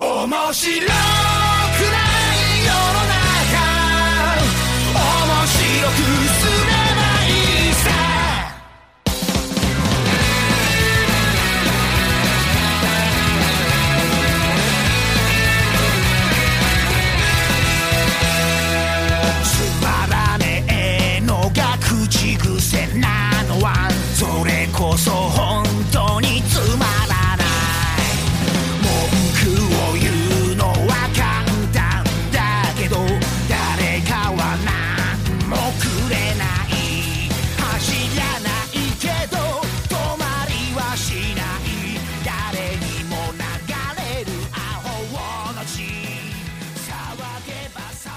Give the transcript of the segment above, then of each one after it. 面白くない世の中面白くすればいいさつまらねえのが口癖なのはそれこそ本当につまらない文句を言うのは簡単だけど誰かは何もくれない走らないけど止まりはしない誰にも流れるアホの血騒げば騒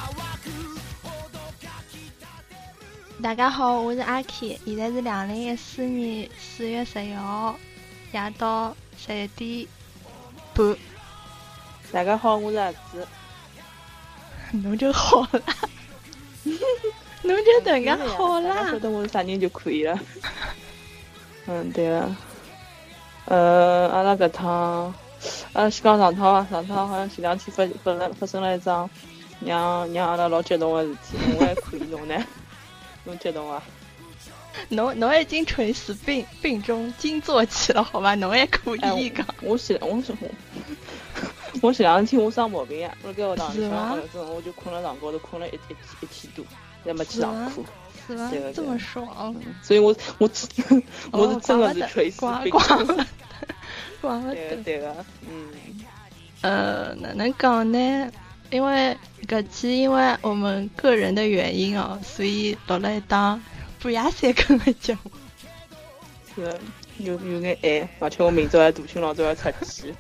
ぐほどかきたてる大家好，我是阿 K，现在是两零一四年四月十一号夜到十一点 半。大家好，我是盒子。侬就好啦， 侬就等大个好大家啦晓。得我是啥人就可以了。 嗯，对啊。呃，阿拉搿趟，阿拉先讲上趟伐，上趟好像前两天发发了发生了一桩让让阿拉老激动个事体，我还可以，侬呢？侬激动伐？啊侬侬已经垂死病病中惊坐起了，好吧？侬也可哎以讲。我前我前我我前两天我生毛病呀，啊我盖学堂里是伐向，正我就困了床高头，困了一一一天多，也没去是上伐课。是吧对的？这对么的爽，所以我我 我是哦真怪不的是得垂死怪 病。怪不得，怪不对得个。对个，嗯，呃，哪能讲呢？因为搿期因为我们个人的原因哦，所以录了一档半夜三更的节目。是的有有哎眼晚，而且我明朝还大清老早要出去，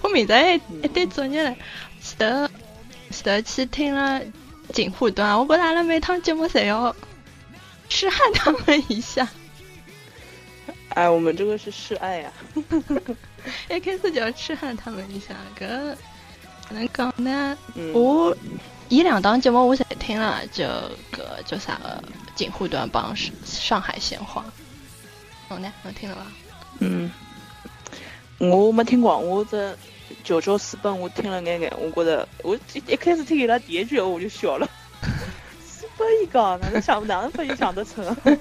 我明朝还一堆作业了，前头前头去听了锦户端，我觉着阿拉每趟节目侪要 痴汉他们一下。哎，我们这个是示爱啊呀、一开始就要痴汉他们一下，搿哪能讲呢？嗯，我伊两档节目我侪听了，就搿叫啥个锦户端帮上上海闲话。侬呢？侬听了伐？嗯，我没听光，我这九州四本我听了眼眼，我觉着我一一开始听伊拉第一句闲话我就笑了，四本一讲，哪能想哪能把伊想得成？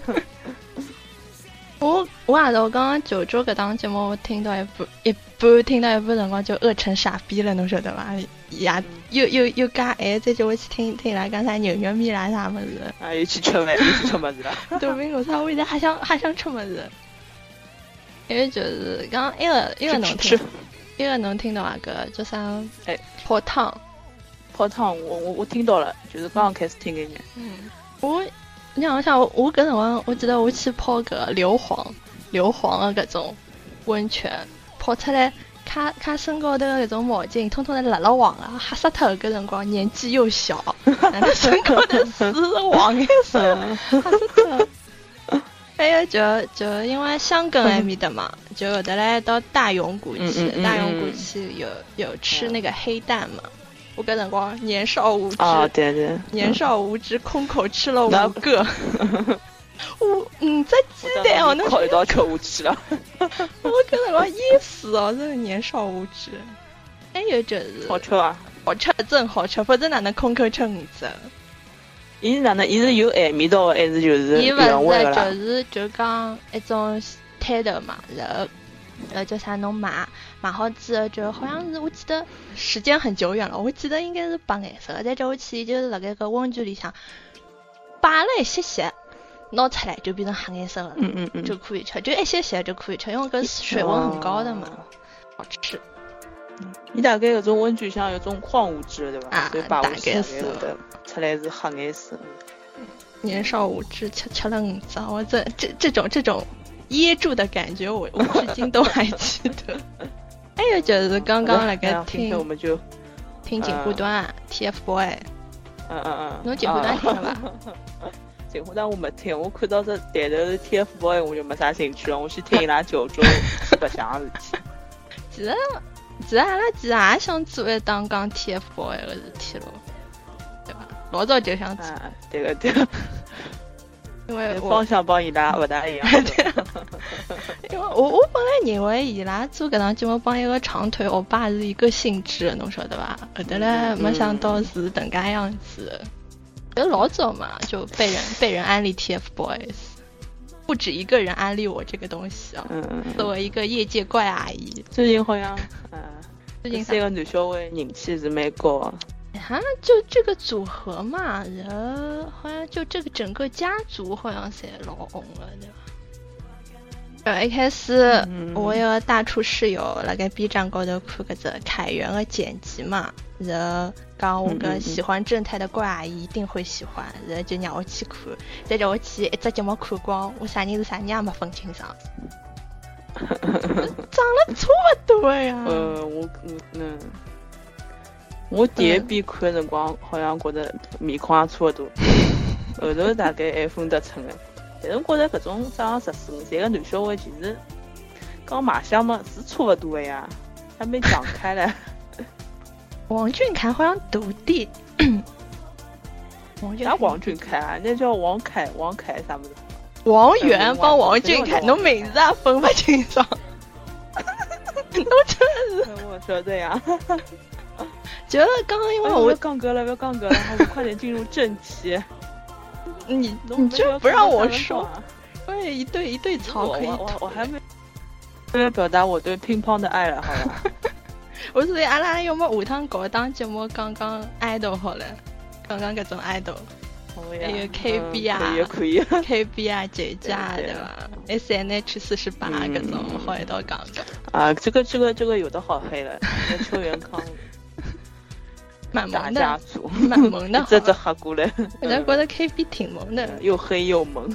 我我也是，我刚刚九州搿档节目，我听到一半一半听到一半辰光就饿成傻逼了，侬晓得伐？也又又又加爱，再叫我去听听伊拉讲啥牛肉面啦啥物事，啊，又去吃饭，又去吃么子了，对不起，我操，我现在还想还想吃么子。因为就是刚刚一个一个吃能吃听吃，一个能听到啊个叫啥哎泡汤，泡汤，我我我听到了，就是刚刚开始听眼 眼，嗯，我，你想想，我我搿辰光，我记得我去泡搿硫磺，硫磺啊的搿种温泉，泡出来，卡卡身高头的搿种毛巾，通通侪辣辣黄了，吓死脱！搿辰光年纪又 小，哪能身高头是黄颜色，吓死脱！还有就就因为香港埃面搭 嘛，就有的嘞到大勇谷去嗯嗯，嗯大勇嗯谷嗯去有有吃那个黑蛋嘛，我搿辰光年少无知， 啊，对对，年少无知，空口吃了五个。 我嗯，这鸡蛋哦，那靠一道吃下去了。我跟那个噎死哦， 真的年少无知。还有就是 好吃啊！好吃真好吃，否则哪能空口吃五只？伊是哪能？伊是有咸味道的，还是就是伊勿原味的是就啦？是就讲一种摊头嘛，然后然后叫啥侬买买好之后就好像是我记得时间很久远了，我记得应该是白颜色的，再叫我去就是辣盖个温泉里向摆了一些些，拿出来就变成黑颜色的了。嗯嗯嗯，就可以吃，就一哎些些就可以吃，因为搿水温很高的嘛，哦好吃。伊大概搿种温泉像有种矿物质的对伐？啊所以把我大概是会得出来是黑颜色。年少无知，吃吃了五脏，我这这这种这种噎住的感觉，我我至今都还记 得。哎还有就是刚刚那好的个哎呀今天我听们就听锦湖端啊，TFBOY，嗯嗯嗯，侬锦湖端听了伐？哦 锦湖端我没听，我看到这抬头是 TFBOY，我就没啥兴趣了。我去听伊拉九州去白相 的事体。其实其实阿拉其实也想做一档讲 TFBOY 个事体咯，对伐？老早就想做，啊，对个对个，因为我哎方向帮伊拉勿大一样。因为我我本来认为伊拉做搿档节目帮一个长腿欧巴是一个性质，侬晓得伐？后头来没想到是迭介样子，搿老早嘛就被人被人安利 TFBOYS，不止一个人安利我这个东西啊。嗯， 作为一个业界怪阿姨，最近好像，嗯，最近三个男小孩人气是蛮高啊。好像就这个组合嘛，然后好像就这个整个家族好像侪老红了，对吧？呃，一开始嗯我一个大厨室友辣盖 B 站高头看搿只凯源的剪辑嘛，然后讲我嗯嗯搿嗯喜欢正太的怪阿姨一定会喜欢，然后就让我去看，再叫我去一只节目看光，我啥人是啥人也没分清 爽，长得差勿多呀。呃，我我嗯，我第一遍看的辰光，好像觉得面孔也差不 多，后头大概还分得清的。但是我觉得搿种长十四五岁的男小孩，其实讲卖相嘛是差不多的呀，还没长 开来。王俊凯好像徒弟，王俊啥凯王俊凯啊？那叫王凯，王凯啥物事？王源帮王俊凯，嗯王侬名字也分不清 爽，侬真的是，我晓得呀。就是刚刚因为 哎不哦我要杠哥了，不要杠哥了，我们快点进入正题。你侬 你们要就不让我看到三分说钟，啊因为一对一对我槽可以我我我吐还没，为了表达我对乒乓的爱了，好 吧？我所以阿拉要么下趟搞一档节目讲讲 idol 好了，讲讲搿种 idol，KB 哦那个 KB 啊呀嗯可 以可以。啊、姐姐啊，对对吧？S N H 四十八嗯搿种好一道讲讲，啊，这个这个这个有的好黑 了，那邱元康蛮大萌家的，族，蛮萌的， 一好只只吧？黑过来，我就觉得 K B 挺萌的。嗯 又黑又萌。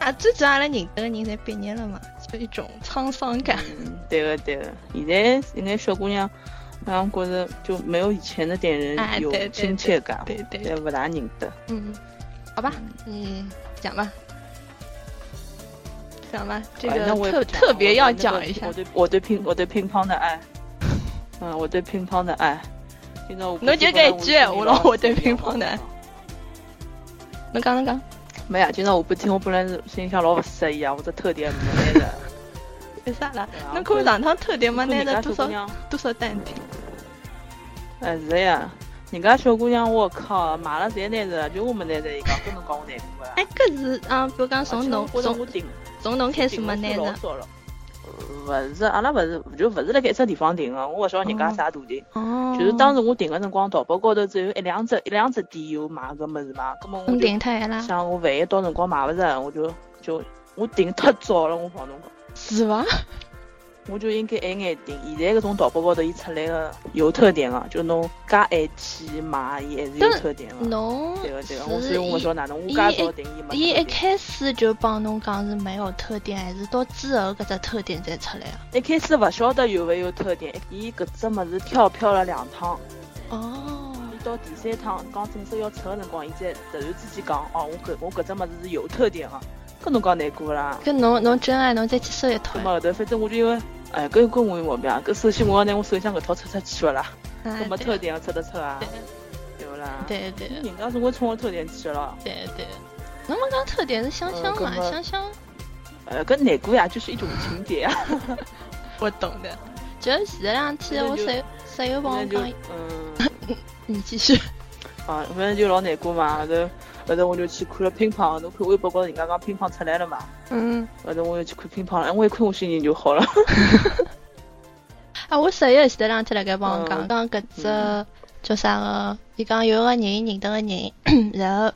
啊，最主要阿拉认得个人侪毕业了嘛，就一种沧桑感。嗯，对的对的，现在现在小姑娘，好像觉得就没有以前的点哎对人有对亲切感，对对也不大认得。嗯，好吧，嗯，讲吧，讲吧，这哎个那我也特不讲了特别要我那个讲一下我。对我对乒我对乒乓的爱，嗯，我对乒乓的爱。今朝我侬就搿一句我让我对乒乓的爱爱。侬讲侬讲，没呀，今朝我不听，我本来是心里想老不适意啊，我这特点没来 的。为啥啦对啊？侬看上趟特点嘛，拿人家了小多姑少娘，多少单品？嗯哎是呀，人家小姑娘，我靠，买了侪拿着，就我没拿着一个，不能讲我难过呀。哎，搿是啊，比如讲从侬而且我觉得我从顶从侬开始顶没拿了老着，早了。呃勿是，阿拉勿是，就勿是辣盖一只地方停个，我勿晓得人家啥途径。哦，就是当时我订个辰光，淘宝高头只有一哎两只一两只店有卖搿物事嘛，葛末我侬就顶脱伊拉，想我万一到辰光买勿着，我就就我订太早了，我帮侬讲，是伐？我就应该晚眼订。现在搿种淘宝高头伊出来个有特点个，就侬介晚去买，伊还是有特点个。侬嗯对个啊对个，我所以是我勿晓伊得哪能，我伊介一早订伊没特伊一点。开始就帮侬讲是没有特点，还是到之后搿只特点才出来啊？一开始勿晓得有勿有特点，伊搿只物事跳票了两趟。哦，伊到第三趟讲正式要出个辰光，伊才突然之间讲，哦，我搿我搿只物事是有特点个、搿侬讲难过啦。搿侬侬真爱侬再去收一咁套么后头反正我就因为，哎，搿搿我有毛病啊！搿首先我要拿我手里向搿套出出去勿啦，哎搿没特点个出得出啊对，对勿啦？对对对人家总归冲我特点去了，对对，侬没讲特点是香香嘛呃搿？么香香，呃，搿难过呀，就是一种情节啊呀。我懂的。就是前两天我那就室友室友帮我反正就讲，嗯，你继 续。啊，反正就老难过嘛。后头后头我就去看了乒乓，侬看微博高头人家讲乒乓出来了嘛，嗯，后头我就去看乒乓了，哎我一看我心情就好了。啊，我室友前两天辣盖帮我讲，嗯讲搿只叫啥个？伊讲有个人认得个人， 然后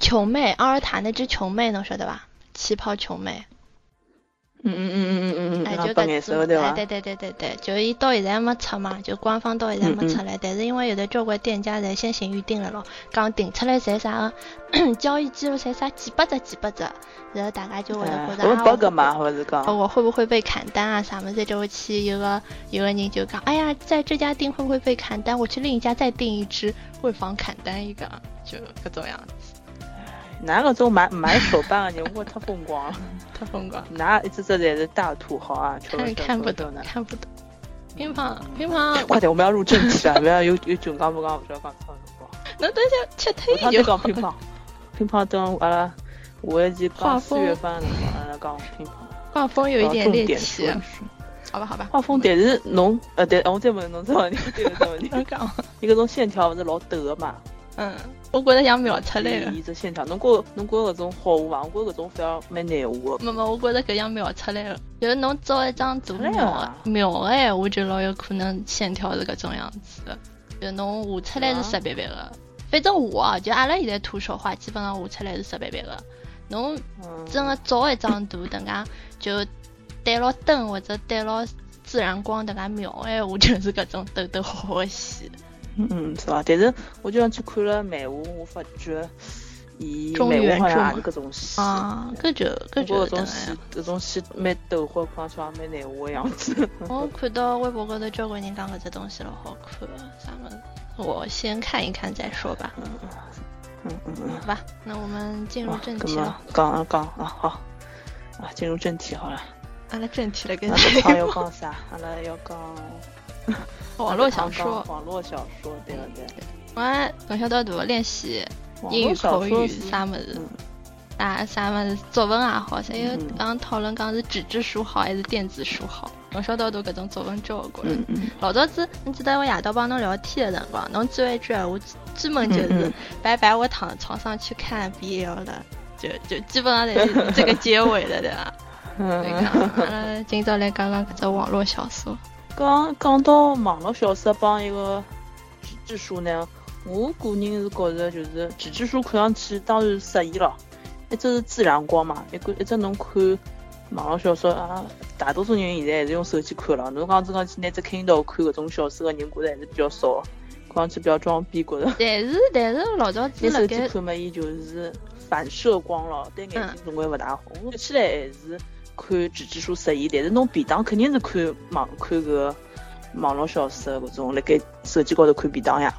琼妹阿尔塔那只琼妹，侬晓得伐？气泡琼妹。嗯嗯嗯嗯 嗯嗯哎，嗯，就白搿颜次嘛色对哎，伐？对对对对对，就伊到现在还没出嘛，就官方到现在还嗯没出来，但是因为有的交关店家侪先行预定了咯，讲订出来侪啥个 交易记录侪啥几百只几百只，然后大家就会得觉哎着我们啊，八我个会嘛，勿是讲哦，我会不会被砍单啊？啥么子就会去有个有个人就讲，哎呀，在这家订会不会被砍单？我去另一家再订一只，会防砍单一个，就各种样子，哪个种买买手办啊的人，我太风光了。太疯狂了，啊哪一只只才是大土豪啊？求看看不懂呢，。嗯看不懂。乒乓，乒 乓，快点，我们要入正题 了，不要有有九刚不刚，不要讲错了。侬等一下吃我退刚就才好讲乒呃乓，乒乓等阿拉下一期讲四月份了，阿拉讲乒乓。画风有一啊点重猎点奇说的，是好吧好吧，画风，但是侬呃，对，啊我再问侬这个问题，对个问题， 能讲，伊啊搿种线条勿是老陡个嘛？嗯，我觉着像描出来了伊，伊只线条，侬觉侬觉搿种好画伐？我觉搿种反而蛮难画个。没没，我觉着搿样描出来了，就是侬照一张图哎描呀描的闲话，就老有可能线条是搿种样子的，就侬画出来是是色白白的。反正我啊，就阿拉现在图手画，基本上画出来是色白白的。侬嗯，真个照一张图，等下就对牢灯或者对牢自然光，等下哎描的闲话，就是搿种抖抖好好的线。嗯，是伐？但是我就像去看了漫画，我发觉伊中漫原画著好像嘛也是搿种戏，啊，搿就搿我就是觉搿种等下戏，搿种戏蛮陡，或者看上去也蛮难画个样子。我看到微博高头交关人讲搿只东西老好看，啥么子？我先看一看再说吧，嗯嗯嗯好。吧？那我们进入啊，正搿题么了。讲啊讲啊好，啊进入正题好了。阿拉啊正题了，跟阿拉这趟要讲啥？阿拉要讲网络小说。网络小说对了对。我还从小到大练习网英络语、小口说语是啥么子嗯，啥啥么子作文也啊好，侪有嗯刚讨论讲是纸质书好还是电子书好。从小到大搿种作文交过来。嗯嗯老早子，你记得我夜到帮侬聊天的辰光，侬最后一句闲话，专门就嗯是 嗯“拜拜，我躺床上去看 BL 了”，就就基本上得是这个结尾的，对 吧？所以嗯。讲，阿拉今朝来讲讲搿只网络小说。讲讲到网络小说帮一个纸质书呢，我个人是觉着就是纸质书看上去当然适宜了，一只是自然光嘛，一个一只侬看网络小说啊，大多数人现在还是用手机看了。侬讲真讲去拿只 Kindle 看搿种小说的人，觉着还是比较少，看上去比较装逼，觉着。但是但是老早子拿辣手机盖看嘛，伊就是反射光咯，对眼嗯睛总归勿大好。我起来还是看纸质书适宜，但是侬便当肯定是看网看搿网络小说搿种，辣盖手机高头看便当呀。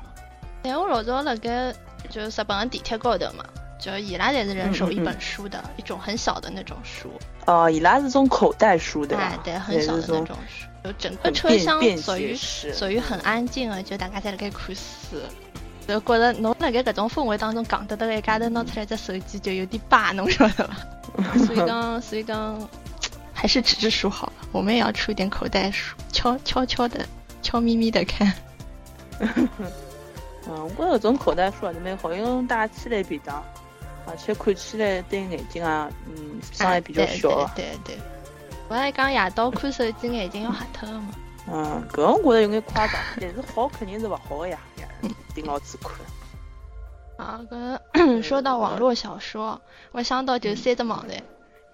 但我老早辣盖就是日本的地铁高头嘛，就伊拉侪是人手一嗯嗯嗯本书的、一种很小的那种书，哦，伊拉是种口袋书对啊哎伐，？对，也很是小的那种种书，就整个很车便厢便属于携式。属于很安静啊的，就大家在辣盖看书，就觉着侬辣盖搿种氛围当中戆得得个一家头拿出来只手机就有点霸，侬晓 得伐？所以讲，所以讲，还是纸质书好，我们也要出一点口袋书，悄悄悄的、悄咪咪的 看。嗯，我觉着搿种口袋书还是蛮好，因为侬带起来便当，而且看起来对眼睛啊，嗯，伤害比较哎小啊。对对对对，我还讲夜到看手机眼睛要瞎脱了嘛。嗯，搿我觉着有眼夸张，但是好肯定是勿好的呀，嗯盯牢子看。啊，搿说到网络小说，我想到就三只网站：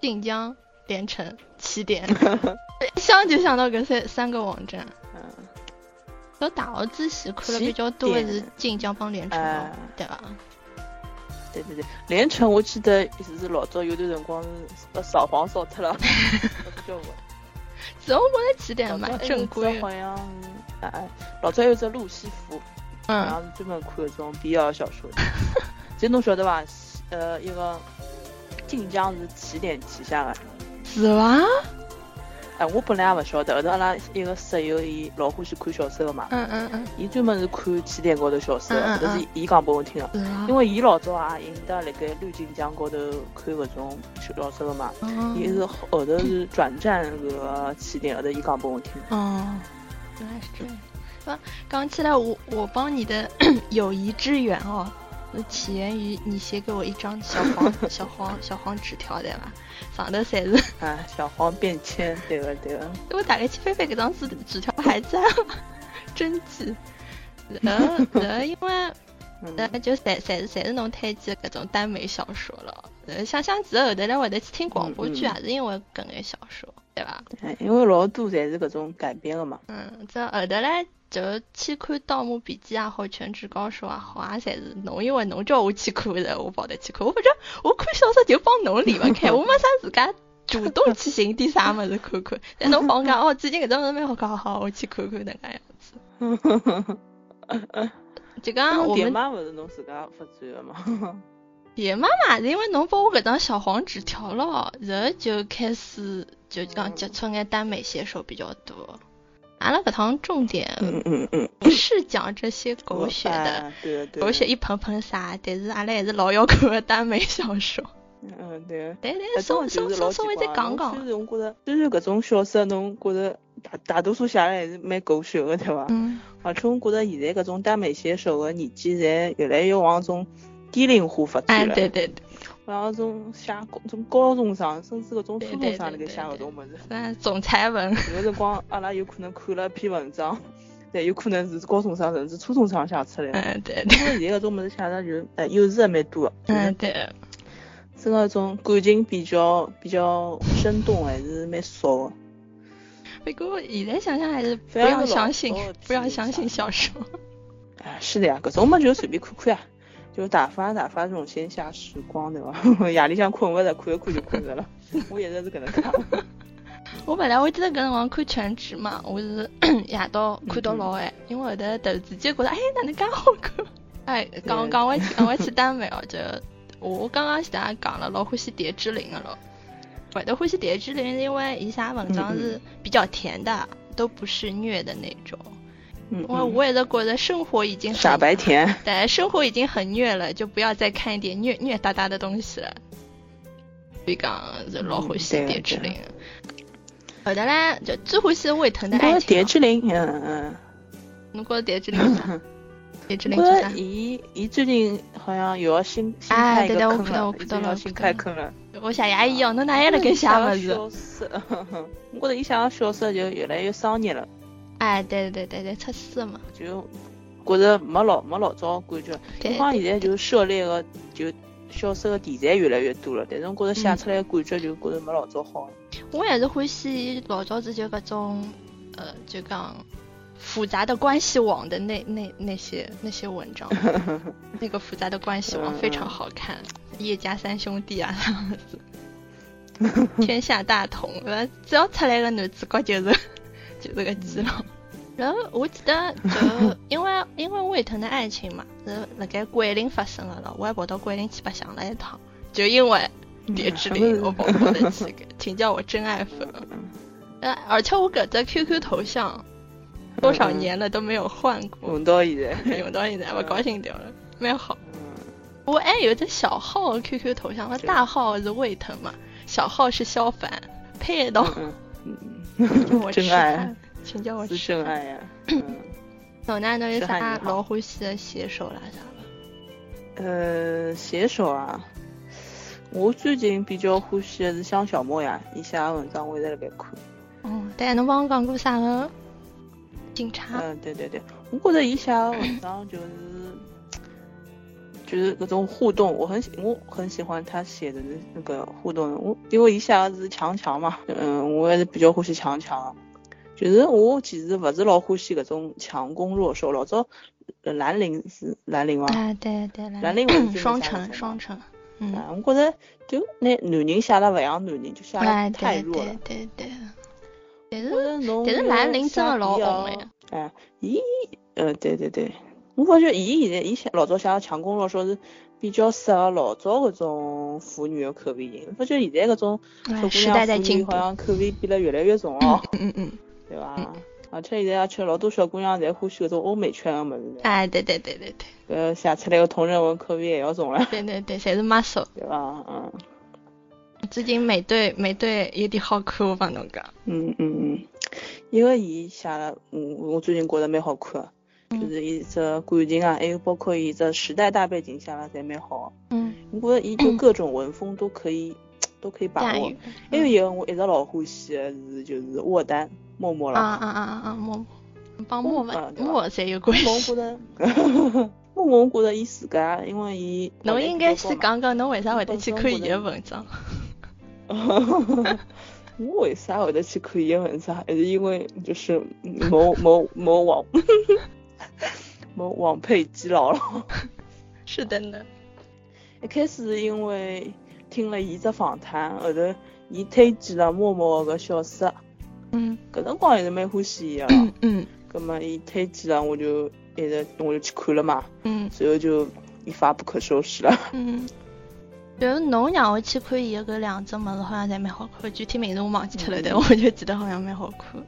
晋江、连城、起 点。一想就想到搿三三个网站。嗯。我大学之前看了比较多的是晋江帮连城嘛哎，对伐？对对对，连城我记得是老早有段辰光是把扫黄扫脱了， 不是 叫我。只要我觉得起点老早哎蛮嗯还有正一只规啊好的，像哎哎，老早还有一只露西服，嗯，然后是专门看那种 BL 小说的。 其实侬晓得伐？呃，一个晋江是起点旗下的。是伐？哎，我本来也勿晓得，后头阿拉一个室友伊老欢喜看小说的嘛，嗯嗯嗯，伊专门是看起点高头小说的，嗯嗯搿嗯是伊讲拨我听的。是伐？因为伊老早也引得辣盖绿晋江高头看搿种小说的嘛，伊嗯是后头是转战搿个起点，后头伊讲拨我听。哦，原来是这样。啊，刚起来我我帮你的 友谊之源哦，起源于你写给我一张小 黄小黄小黄纸条对伐？上头侪 是，哎，小黄变迁，对个对个。我大概去翻翻搿张纸纸条还在吗， 真 迹。然后然后因为。呃嗯，，就侪侪是侪是侬推荐搿种耽美小说了。呃，想想其实后头来会得去听广播剧，也嗯嗯是因为搿眼小说，对伐？哎因为老多侪是搿种改编个嘛。 嗯，这后头来就去看《盗墓笔记》也好，《全职高手》也啊好，也侪是侬因为侬叫我去看的，我跑得去看。我反正我看小说就帮侬离勿开，我没啥自家主动去寻点啥物事看看。但侬帮我讲哦，最近搿种物事蛮好看，好好，我去看看能介样子。就讲啊我迭们嘛勿是侬自家发展个嘛？爹妈妈是因为侬拨我搿张小黄纸条了，然后就开始就讲嗯接触眼耽美写手比较多。阿拉搿趟重点 嗯嗯嗯，不是讲这些呃狗血的，哎，对个对。狗血。一盆盆啥，但是阿拉还是老要看个耽美小说。嗯，对。但但搿稍种稍就是稍老稍奇微怪再的。讲啊虽讲，然我觉着，虽然搿种小说侬觉着大大多数写来还是蛮狗血的，对伐？嗯，而且我觉着现在搿种耽美写手的年纪，侪越来越往种低龄化发哎展，了。对对对，然后种写高种高中生，甚至搿种对初对中生辣对盖对写搿对种物事。那总裁文，有的辰光阿拉有可能看了篇 文章，但有可能是高中生甚至初中生写出来的。嗯对因对，为现在搿种物事写的就是，哎，幼稚也蛮多的。嗯，对，真个种感情比较比较生动，还是蛮少的。不过现在想想还是不反而要是老相信老的，不要偏相信向小说，哎，是的呀，搿种嘛就随便看看呀，就打发打发这种闲暇时光， 对伐？夜里向困勿着，看一看就困着了。 我一直是搿能介 的。我本来我记得搿辰光看全职嘛，我是 夜到看到老嗯晚，因为后头突然之间觉得哎哪能介好看？ 哎，讲对讲回去讲回去耽 美哦，就我刚刚是大家讲了，老欢喜蝶之灵的咯。会得欢喜蝶之灵，是因为伊写文章嗯嗯是比较甜的，都不是虐的那种。嗯，我嗯我也是觉得生活已经傻很白甜。对，生活已经很虐了，就不要再看一点虐虐哒哒的东西了。所以讲，这老欢喜嗯对蝶之灵。后头嘞，就最欢喜胃疼的你觉爱着情蝶哦。嗯之灵，嗯嗯。侬觉得蝶之灵是啥？蝶之灵我是觉啥着？伊伊最近好像又要新新哎开一对个的我坑看到了我，伊看最到近要了新我看开到坑了。我想阿姨哦，侬哪样辣盖写 么伊写子？小说，我觉着伊写的小说就越来越商业了，哎，对对对对，测试嘛。就觉着没老没老早感觉。对，好像现在就涉猎个就小说个题材越来越多了，但是我觉着写出来的感觉就觉着没老早好了。我也是欢喜老早子就搿种，呃，就讲复杂的关系网的那那那些那些文章，那个复杂的关系网非常好看，叶家三兄弟啊， 啥么子，天下大同，呃，只要出来个男主角就是 就是个基佬。然后我记得 就因为因为胃疼的爱情嘛，是辣盖桂林发生的了，我还跑到桂林去白相了一趟，就因为蝶之嗯灵，我跑过来去个，请叫我真爱粉。呃，而且我搿只 QQ 头像多少年了都没有换过，用到现在，用到现在我高兴掉了，蛮好。嗯我还有一只小号的 QQ 头像，我对大号是胃疼嘛，小号是萧凡，配得到嗯嗯请叫我吃真爱饭，请叫我嗯，是吃真饭。爱呀。嗯老衲侬有吃啥汉堡老欢喜的写手啦啥吧？呃，写手啊，我最近比较欢喜的是香小莫呀，伊写的文章我一直辣盖看。哦，但侬帮我讲过啥个警察？嗯，对对对，我觉得伊写的文章就是就是各种互动，我很喜我很喜欢他写的那那个互动。我因为伊写的是强强嘛，嗯，我还是比较欢喜强强。就是我其实勿是老欢喜搿种强攻弱守，老早呃兰陵是兰陵伐？啊，对对来，兰陵文字双写得城，什双么城，嗯，啊，我觉着就那男人写了勿像男人，就写哎，了对太弱了对。哎对对，但我觉是得侬但是要兰陵真的写老比较红哎，哎，伊呃，对对对，我发觉伊现在伊写老早写个强攻弱说是比较适合老早搿种腐女的口味型，发觉现在搿种小哎姑时代娘在腐女进好步，像口味变得越来越重哦，嗯嗯，对伐？而且现在而且老多小姑娘侪欢喜搿种欧美圈的物事呢，哎，对对对对对呃，写出来个同人文口味还要重了，对对对，侪是 muscle。对伐？嗯最近美队美队有点好看，我帮侬讲，嗯嗯嗯，因为伊写了，嗯，我最近觉得蛮好看的，嗯就是伊只感情啊，还有包括伊只时代大背景写了侪蛮好的。嗯，我觉得伊就各种文风都可以，都可以把驾握驭。，嗯还有一个我一直老欢喜的是就是沃丹默默啊了，啊啊啊啊，默默帮默默默文对吧默侪有关默默系。觉得，默默觉得伊自家，因为伊侬应该先，讲讲侬为啥会得去看伊的文章？ 我为啥会得去看伊的文章？还是因为就是某某某网 某网配基佬了。是的呢，一开始是因为听了伊只访谈，后头伊推荐了默默个小说，嗯搿辰光还是蛮欢喜啊伊个。嗯葛末伊推荐了，我就一直我就去看了嘛，嗯随后就一发不可收拾了。 嗯。就是侬让我去看伊的搿两只物事，好像侪蛮好看。具体名字我忘记脱嗯了，但我就记得好像蛮好看。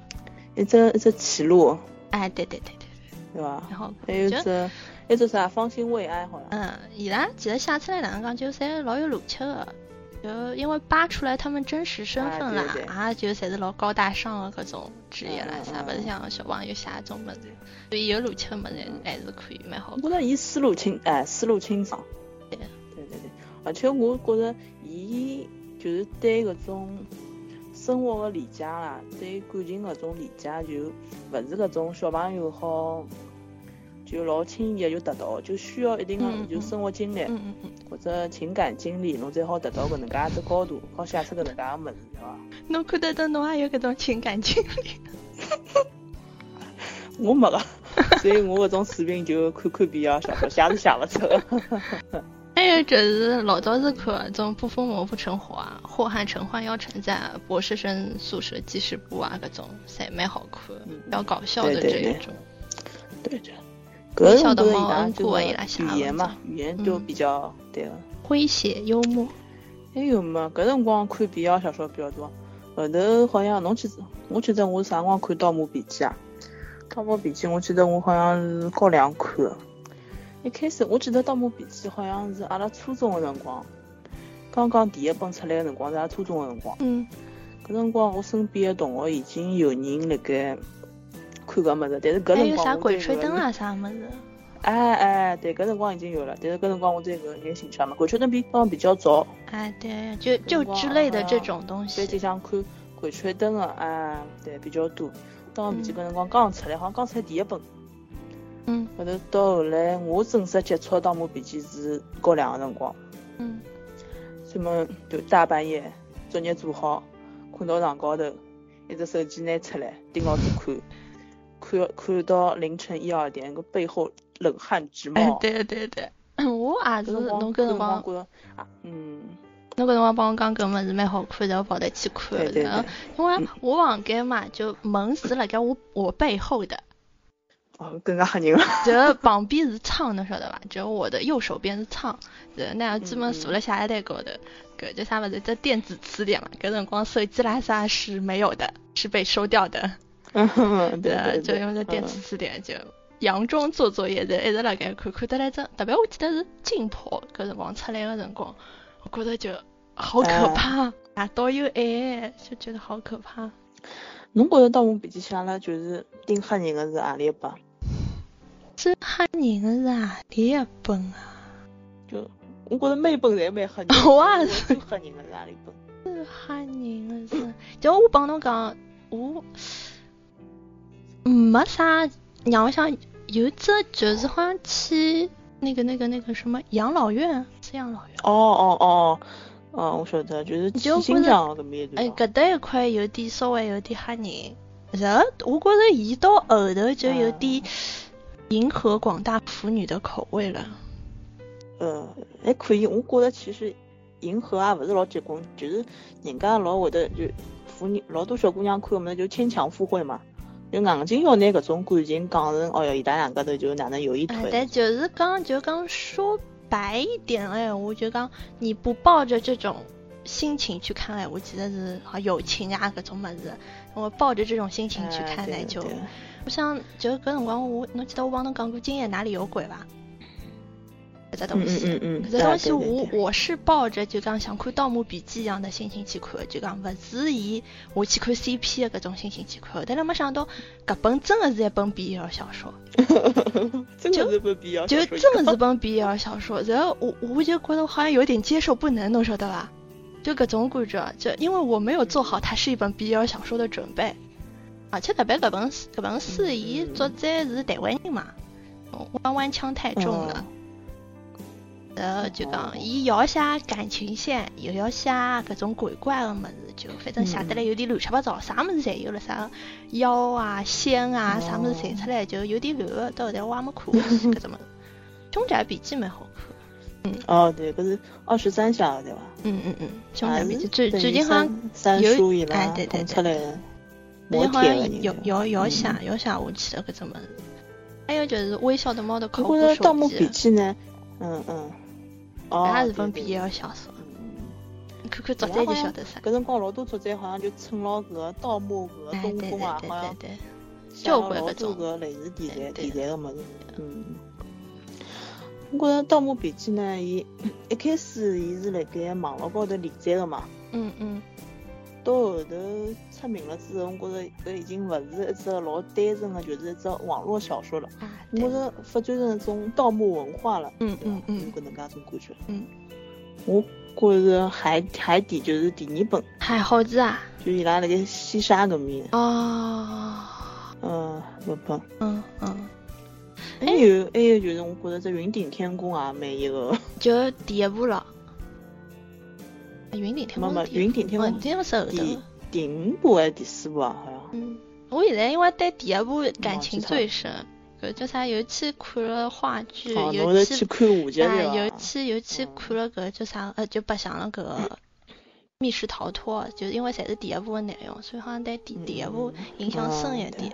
一只一只歧路，哎，对对对对，对伐？蛮好看。还有就只啊一只啥芳心未艾，好像。嗯，伊拉其实写出来哪能讲，就侪老有逻辑个，就因为扒出来他们真实身份啦啊对对，啊，就侪是老高大上的搿种职业啦嗯，啥勿是像小朋友写搿种物事，所以有逻辑的物事还是可以蛮好我。觉着伊思路清，哎，思路清爽。对对对对，而且我觉着伊就是对搿种生活的理解啦，对感情搿种理解就勿是搿种小朋友好，就老轻易的就达到，就需要一定的嗯就嗯生活经历嗯嗯嗯，或者情感经历，侬才好达到搿能介一只高度，好写出搿能介个物事，对伐？侬看得到侬也有搿种情感经历。 我没个，所以我搿种水平就看看比较小说，写是写勿出的。还有就是老早是看种不疯魔不成活啊，祸汉成患要成灾啊，博士生宿舍记事簿啊，搿种侪蛮好看，比较搞笑的嗯对这对一对种。对的，搿晓种得都是吗拉嗯就过伊拉写是语言文章嘛，语言就嗯比较对个。诙谐幽默，还有嘛，搿辰光看 BL 小说比较多，后头好像侬记得，我记得我啥辰光看《盗墓笔记》啊，《盗墓笔记》我记得我好像是高两看的。一开始我记得《盗墓笔记》好像是阿拉初中的辰光，刚刚第一本出来的辰光是阿拉初中的辰光。嗯，搿辰光我身边的同学已经有人辣盖看搿物事，但是搿还辰有光啥我鬼对吹搿灯个啊啥么子，哎哎，对，搿辰光已经有了，但是搿辰光我对搿有兴趣嘛。鬼吹灯比当然比较早，哎对，就就灯光之类的啊这种东所以就西，想看鬼吹灯啊，哎，对，比较多。当然，笔记搿辰光刚出来，好像刚出来第一本。嗯后头到后来，我正式接触《盗墓笔记》是高两个辰光，嗯，专门就大半夜作业做好，困到床高头，一只手机拿出来盯牢子看，看看到凌晨一二点，搿背后冷汗直哎冒。对对 对，我也是，搿辰光侬搿搿辰光光觉着啊，嗯，侬搿辰光帮我讲搿物事蛮好看的，我跑得去看对对然后对，因为嗯我房间嘛，就门是辣盖我我背后的，哦，更加 吓人了。就旁边是窗，侬晓得 伐？就我的右手边是窗，就那样专门坐辣写字台高头，搿叫啥物事？这电子词典嘛，搿辰光手机啦啥是没有的，是被收掉的。嗯， 对对对，就用这电嗯子词典就。佯装做作业，在一直辣盖看，看得来真，特别我记得是浸泡搿辰光出来个辰光，我觉得就好可哎怕，夜到有爱，就觉得好可怕。侬觉着《盗墓笔记》写了就是顶吓人的是何里一版？真吓人个是何里一本啊？就我觉着每本侪蛮吓人 我也是最吓人的是何里本？是吓人个是，就我帮侬讲，我没啥让我想，有只就是好像去那个那个那个什么养老院，是养老院。哦哦哦，哦，我晓得，就是就去新疆的搿面哎，对伐？搿搭一块有点稍微有点吓人，然后我觉着伊到后头就有点啊迎合广大腐女的口味了。呃，还可以，我觉着其实迎合也勿是老结棍，就是人家老会得就妇女老多小姑娘看物事就牵强附会嘛，就硬劲要拿搿种感情讲成哦哟，伊拉两个头就哪能有一哎腿，。但就是讲，就讲说白一点哎，我就讲你不抱着这种心情去看哎，我其实是好友情啊搿种物事，我抱着这种心情去哎看对待的就对的我想就搿辰光我，侬记得我帮侬讲过《今夜哪里有鬼》伐？搿只东嗯西，嗯嗯嗯，这啊东西对对我对我是抱着就讲想看《盗墓笔记》一样的心情去看，就讲勿是以我去看 CP 的搿种心情去看，但是没想到搿本真的是一本 BL 小说，真的是不必要，就真 的是本 BL 小说。然后我我就觉得我好像有点接受不能，侬晓得伐？就搿种感觉，就因为我没有做好它是一本 BL 小说的准备，而且特别搿本搿本书，伊嗯作者是台湾人嘛，哦弯弯腔太重了。呃，就哦讲伊又要写感情线，又要写各种鬼怪个物事，就反正写得嗯来有点乱七八糟，啥物事侪有了，啥妖啊、仙哦啊，啥物事侪出来，就有点乱个。到后头我也没 看下去搿只物事。凶宅笔记蛮好看，哦，对，搿是二十三下的对伐？嗯嗯嗯，凶啊宅笔记是最等于最近好像三有三叔伊哎拉对对对捅出来的，最啊磨近好铁的像人有对有伐有写嗯有写下去了搿只物事。还有就是微笑的猫的考不古过呢，《盗手墓笔记，记》呢，嗯嗯，哦，它是本对 BL 小说，对嗯你看看作者就晓得啥。搿辰光老多作者好像就蹭牢搿个盗墓搿个哎，对东对风啊，对对好像对。写了交关老搿多种搿类似题材对题对材个物事，嗯。我觉着《盗墓笔记》呢， 伊一开始伊是辣盖网络高头连载个嘛，嗯嗯到后头出名了之后，我觉着搿已经勿是一只老单纯个，就是一只网络小说了，啊，我觉着发展成一种盗墓文化了，嗯嗯有嗯，搿能介种感觉。嗯，我觉着海海底就是第二本，海猴子啊，就伊拉辣盖西沙搿面，哦，嗯，搿本。嗯嗯，还有还有就是，我觉着这云顶天宫啊也蛮一个，就第一部了。啊云顶天没宫没是第一 云顶天哦，宫云顶是后头第的。第五部还是第四部啊？好像。嗯，我现在因为对第一部感忘情记它最深，搿叫啥？尤其看了话剧，哦，侬尤是其去看下集啊，对尤伐？其尤其嗯看了搿叫啥？呃，就白相了搿个密室逃脱，就是因为侪是第一部的内容，所以好像对第第一部嗯影响深一嗯点。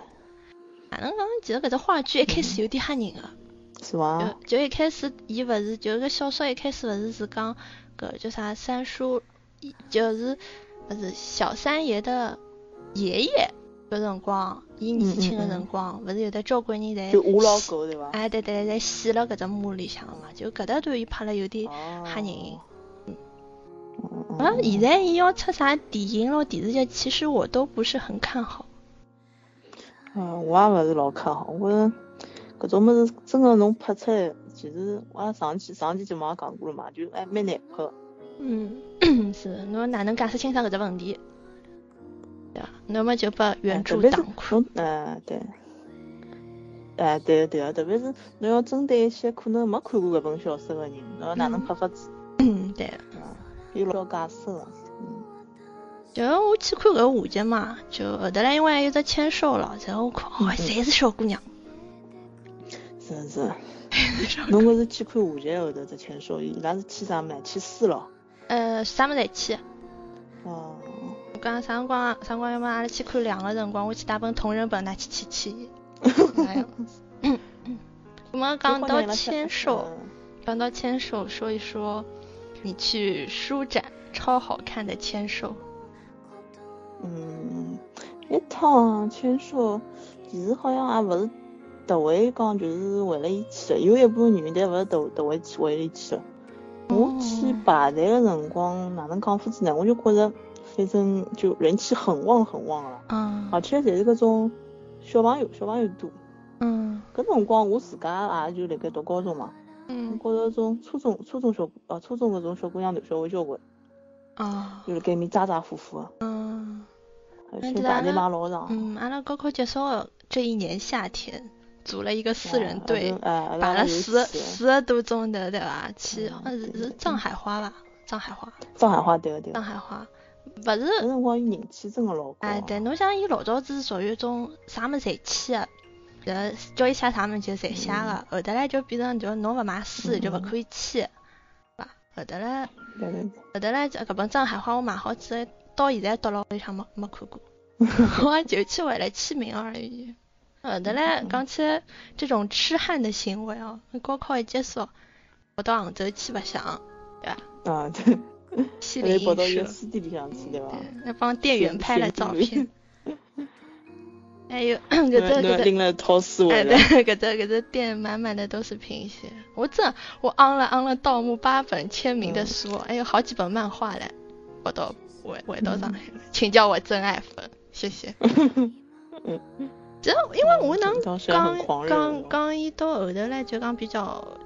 哪能讲？其实搿只话剧一开始有点吓人个。是伐？就就一开始，伊勿是就搿小说一开始勿是是讲搿叫啥三叔，伊就是勿是小三爷的爷爷搿辰光，伊年轻个嗯嗯辰光，勿是有的交关人在就我老狗对伐？哎对对在死了搿只墓里向嘛，就搿搭段伊拍了有点哦吓人。嗯啊，嗯现在伊要出啥电影咯、电视剧，其实我都不是很看好。嗯，我也勿是老看好，我觉着搿种物事真个侬拍出来，其实我也上期上期节目也讲过了嘛，就哎蛮难拍的。嗯，是，侬哪能解释清爽搿只问题？对伐？那么就把哎原特著别是打垮。侬哎对。哎，对个对个，特别是侬要针对一些可能没看过搿本小说个人，侬要哪能嗯拍法子？啊嗯，对。有老解释个。嗯就我去看搿个舞节嘛，就后头来因为有只签售了，然后我看，哦，嗯侪是小姑娘， 是是，侬搿是去看下集后头只签售，伊拉是签啥物事？签书咯。呃，啥么侪去。哦，我讲啥辰光啊，啥辰光要么阿拉去看两个辰光，我去带本同人本拿去去 去。哎呀，嗯嗯我们讲到签售，嗯讲到签售，说一说你去书展超好看的签售。嗯，一趟签售其实好像也勿是特为讲就是为了伊去的，有一部分原因但勿是特特为去为了伊去的。我去哦排队个辰光，哪能讲法子呢？我就觉着反正就人气很旺很旺了，嗯而且侪是搿种小朋友小朋友多。嗯搿辰光我自家也就辣盖读高中嘛。我嗯觉着种初中、初中小呃初中搿种小姑娘男小孩交关，啊就辣盖埃面咋咋呼呼的，嗯。而那且对啊排队那排老长。嗯，阿拉高考结束后这一年夏天，组了一个四人队，哎，排了十十十个多钟头，对伐？去，嗯呃是对是藏海花吧？藏海花，上海话对个对藏个。海花，勿搿是？辰光伊人气真个老高。啊啊哎，对，侬想伊老早子是属于一种啥物事侪去个，呃，叫伊写啥物事就侪写个，后头来就变成就侬勿买书就勿嗯可以去，对伐？后头来对对对。后头来，呃搿本《藏海花》我买好之后，到现在到了屋里向没没看过，我也就去为了签名而已。呃后头来讲起来这种痴汉的行为哦，高考一结束，跑到杭州去白相， 啊对，西后来泠跑到印伊个社，书店里向去对伐？对，那帮店员拍了照片。 哎还 有搿只侬搿侬只拎了一套书哎，回对来。， 搿只搿只店满满的都是皮鞋。我这我昂了昂了《盗墓》八本签名的书，还有好几本漫画嘞。我到我我到上海了，请叫我真爱粉，谢谢。这因为我能嗯当时很狂讲热。讲讲伊到后头来就讲比较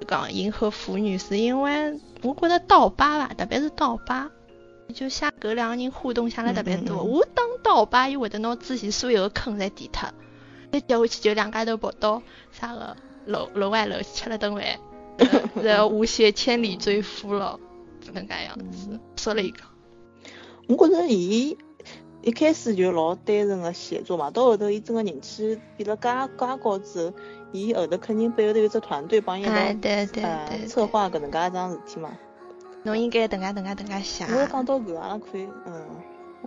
就讲迎合腐女，是因为我觉得盗吧吧，特别是盗吧。就写搿两个人互动写了特别多，嗯嗯嗯我当盗吧，伊会得拿自己所有的坑侪填脱，再接下去就两家头跑到啥个楼楼外楼去吃了顿饭，呃然后无懈千里追夫了，搿能介样子，说了一个，嗯我觉着伊一开始就老单纯个写作嘛，到后头伊真个人气变了介介高之后，伊后头肯定背后头有只团队帮伊一道哎，对对呃对，策划搿能介一桩事体嘛。对，侬应该等下等下等下写，我讲到搿，阿拉可以嗯。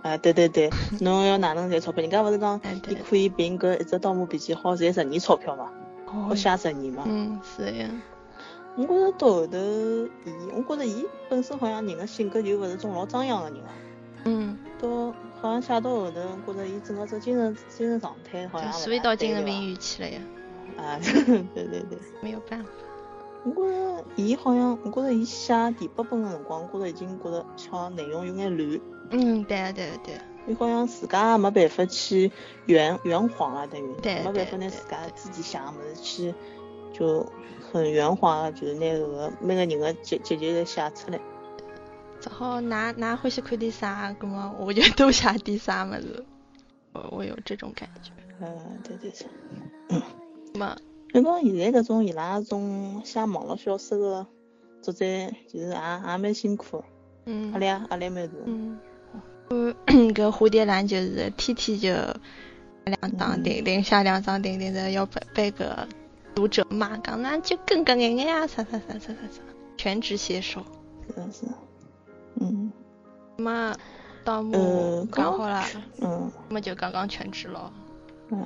啊，对对对，侬要哪能赚钞票？人家勿是讲哎伊 对，可以凭搿一只《盗墓笔记》好赚十年钞票嘛，哦好写十年嘛。嗯是呀，我觉着到后头，伊，我觉着伊本身好像人个性格就勿是种老张扬个人啊。嗯，到好像写到后头，觉着伊整个只精神精神状态好就像所以到精神病病院去了呀，啊 啊，对对对，没有办法。我觉着伊好像，我觉着伊写第八本个辰光，我觉着已经觉着像内容有眼乱，嗯，对啊，对啊，对啊，伊好像自家也没办法去圆圆谎啊了，等于对没对办法拿对自家自己写个物事去就很圆啊滑个，就是拿搿个每个人个结结节侪写出来。只好㑚㑚欢喜看点啥，葛么我就都写点啥么子，我我有这种感觉。嗯，对对对。么，反正现在搿种伊拉搿种写网络小说个作者，其实也也蛮辛苦啊的，嗯，压力也压力蛮大的。嗯，嗯，搿蝴蝶兰就是天天就两张嗯顶顶下两张顶顶的要被被个读者骂，讲那就更更眼眼啊啥啥啥啥啥啥，全职写手。是的，是的。嗯嘛，盗墓呃讲刚好了，嗯么就刚刚全职了，嗯。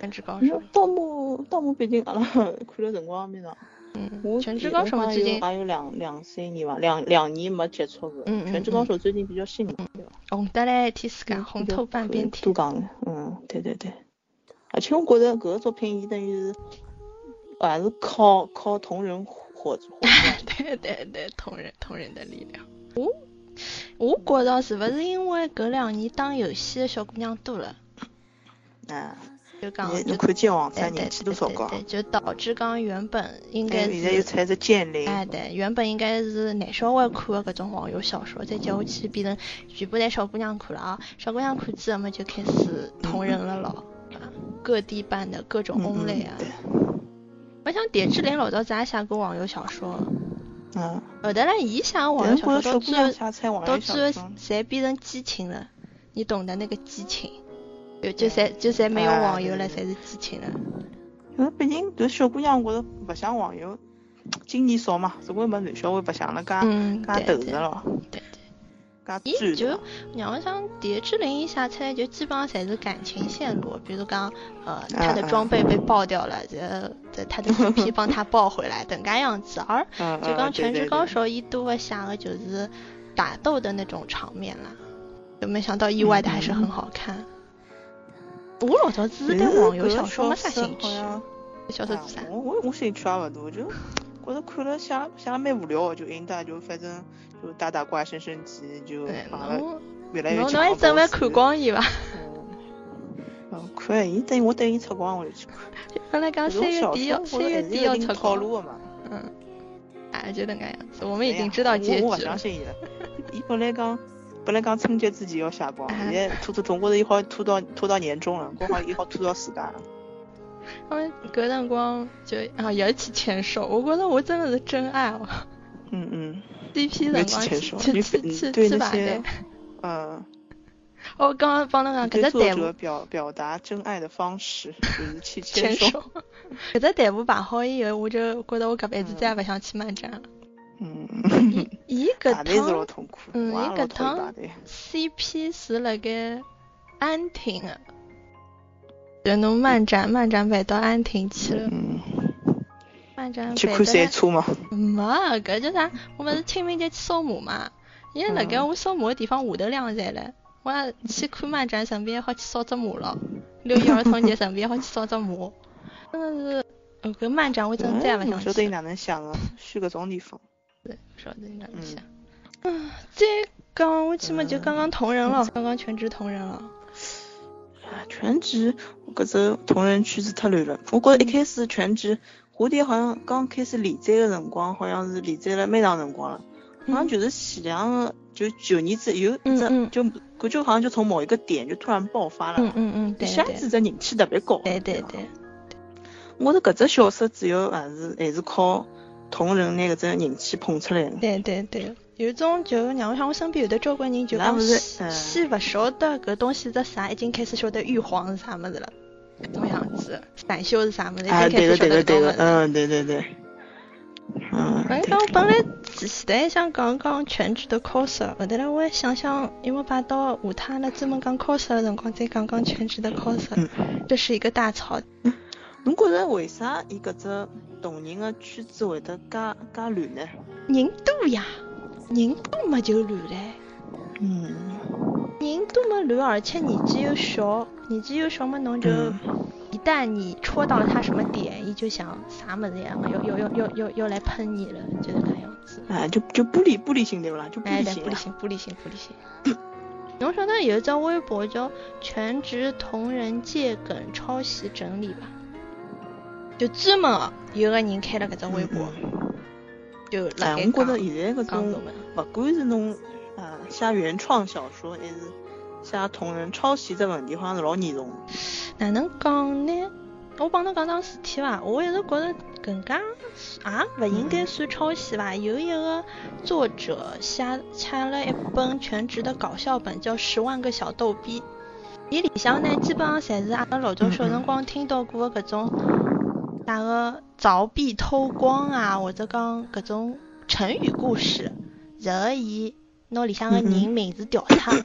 全职高反正手。盗墓，盗墓毕竟阿拉 看了辰光也蛮长。嗯，我全职记高得手嘛，好像最近有也有两两三年吧，两两年没接触过。嗯嗯全职高手最近比较新嘛，对吧？红得来天自哦家嗯红比较透半可边多天。讲了，嗯，对对啊对。而且我觉着搿个作品，伊等于是还是靠靠同人火火出来 的。对对对，同人同人的力量。我我觉着是勿是因为搿两年打游戏的小姑娘多了， 啊，就讲你就侬看剑网对三对人气多对少对高？对，就导致讲原本应该现哎在又是，出来只剑灵，哎对，原本应该是男小孩看的搿啊种网游小说，再接下去变成全部侪小姑娘看了啊，小姑娘看之后嘛就开始同人了咯，啊各地办的各种嗯嗯 online 啊。对，我想蝶志玲老早子也写过网游小说，啊呃嗯，后头来伊写的网但游是小觉着说到小姑最娘后写出来网到游小最后说，侪变成激情了，你懂的那个激情，就就侪就侪没有啊网游对了，对侪是激情了。因为毕竟搿小姑娘，我觉着白相网游经验少嘛，总归没男小孩白相了介嗯，对介投入对了，对。介伊专注就了。让我想，蝶之灵伊写出来就基本上侪是感情线路，比如讲，呃，他的嗯嗯装备被爆掉了，这这他的 CP 帮他爆回来，等噶样子。而嗯就讲《全职高，嗯手》伊多个写个就是打斗的那种场面啦，就没想到意外的还是很好看。我老早子对对对对对网游搿小说没个啥小兴趣哎小说好，像说做啥哎？我我我兴趣也勿大，就觉着看了写写了蛮无聊的，就应该就反正就打打怪、升升级，就对，把了侬越来越侬强。侬还准备看光伊伐？嗯，看，伊等我等伊出光我就去看。本来讲搿种三月小底说要我三觉得月还是底有要一定出套光，路的嘛。嗯，哎，就那个样子，我们哎已呀经知道结我我勿局相了。信伊了。伊本来讲，本来讲春节之前要下光，哎 现在拖拖总觉着伊好像拖到拖到年终了，我好像伊好拖到暑假 了。他们搿辰光就啊也去签售，我觉得我真的是真爱 哦。嗯嗯， CP 要辰光去去签售，去你去你去对去那排队些。，呃，我哦刚刚帮侬讲，搿对只作队伍者表表达真爱的方式就是 去牵牵手。手。搿只队伍排好以后，我就觉得我搿辈子再也勿想去漫展了。嗯，伊排搿队是老趟痛苦，嗯我也伊老搿讨厌趟排队。 CP 是辣盖安亭啊，就侬漫展漫展排到安亭去了，嗯，漫展去排看赛到车嘛。没搿叫啥？我勿是清明节去扫墓嘛，伊辣盖我扫墓个地方下头两站唻。我也去看漫展，顺便还好去扫只墓了。六一儿童节顺便还好去扫只墓，真的是，呃搿漫展我真的再也勿嗯想晓得去伊了。哪能想啊，去搿种地方。对，说的哪里嗯像？嗯，这刚我起码就刚刚同人了，刚刚全职同人了。啊，全职搿只同人圈子太乱了。我觉着嗯一开始全职蝴蝶好像刚开始连载个辰光，好像是连载了蛮长辰光了，好像就是前两个就九年之有一嗯只嗯就感觉好像就从某一个点就突然爆发嗯了，嗯嗯，一对下对子这人气特别高。对对吧对，我觉着搿只小说主要还是还是靠同人拿搿只人气捧出来的。对对对，有种就让我想，我身边有的交关人就那讲不是先嗯先勿晓得搿东西是啥，已经开始晓得玉皇是啥物事了，搿种样子，散修是啥物事，已经啊，开始对个晓对得搿种物，个对个事。嗯，对对对，嗯，哎，对讲我本来仔细的还想讲讲全职的 coser，后头来我还想想，因为摆到下趟阿拉专门讲 coser 的辰光再讲讲全职的 coser，嗯这是一个大槽侬觉着为啥伊搿只同人个圈子会得介介乱呢？人多呀，人多嘛就乱嘞，嗯，人多嘛乱，而且年纪又小，年纪又小嘛侬就嗯一旦你戳到了他什么点，伊就想啥么子呀，又又又又又又来喷你了，就是搿样子。哎，就就不理不理性对不啦？就不啊哎，对，理性不理啦。性，不理性，不理性。 侬晓得有一只微博叫“全职同人借梗抄袭整理”吧？就专门哦有个人开了搿只微博，就辣嗯哎，盖我讲觉得现在搿讲种搿么。勿管是侬啊写原创小说，还是写同人抄袭这问题，好像是老严重的。哪能讲呢？我帮侬讲桩事体伐，我一直觉着搿家也勿啊应该算抄袭伐。有一个作者写写了一本全职的搞笑本，叫《十万个小逗逼》，伊里向呢基本上侪是阿拉老早小辰光听到过的搿种啥个凿壁偷光啊，或者讲搿种成语故事，然后伊拿里向个嗯人嗯名字调唱，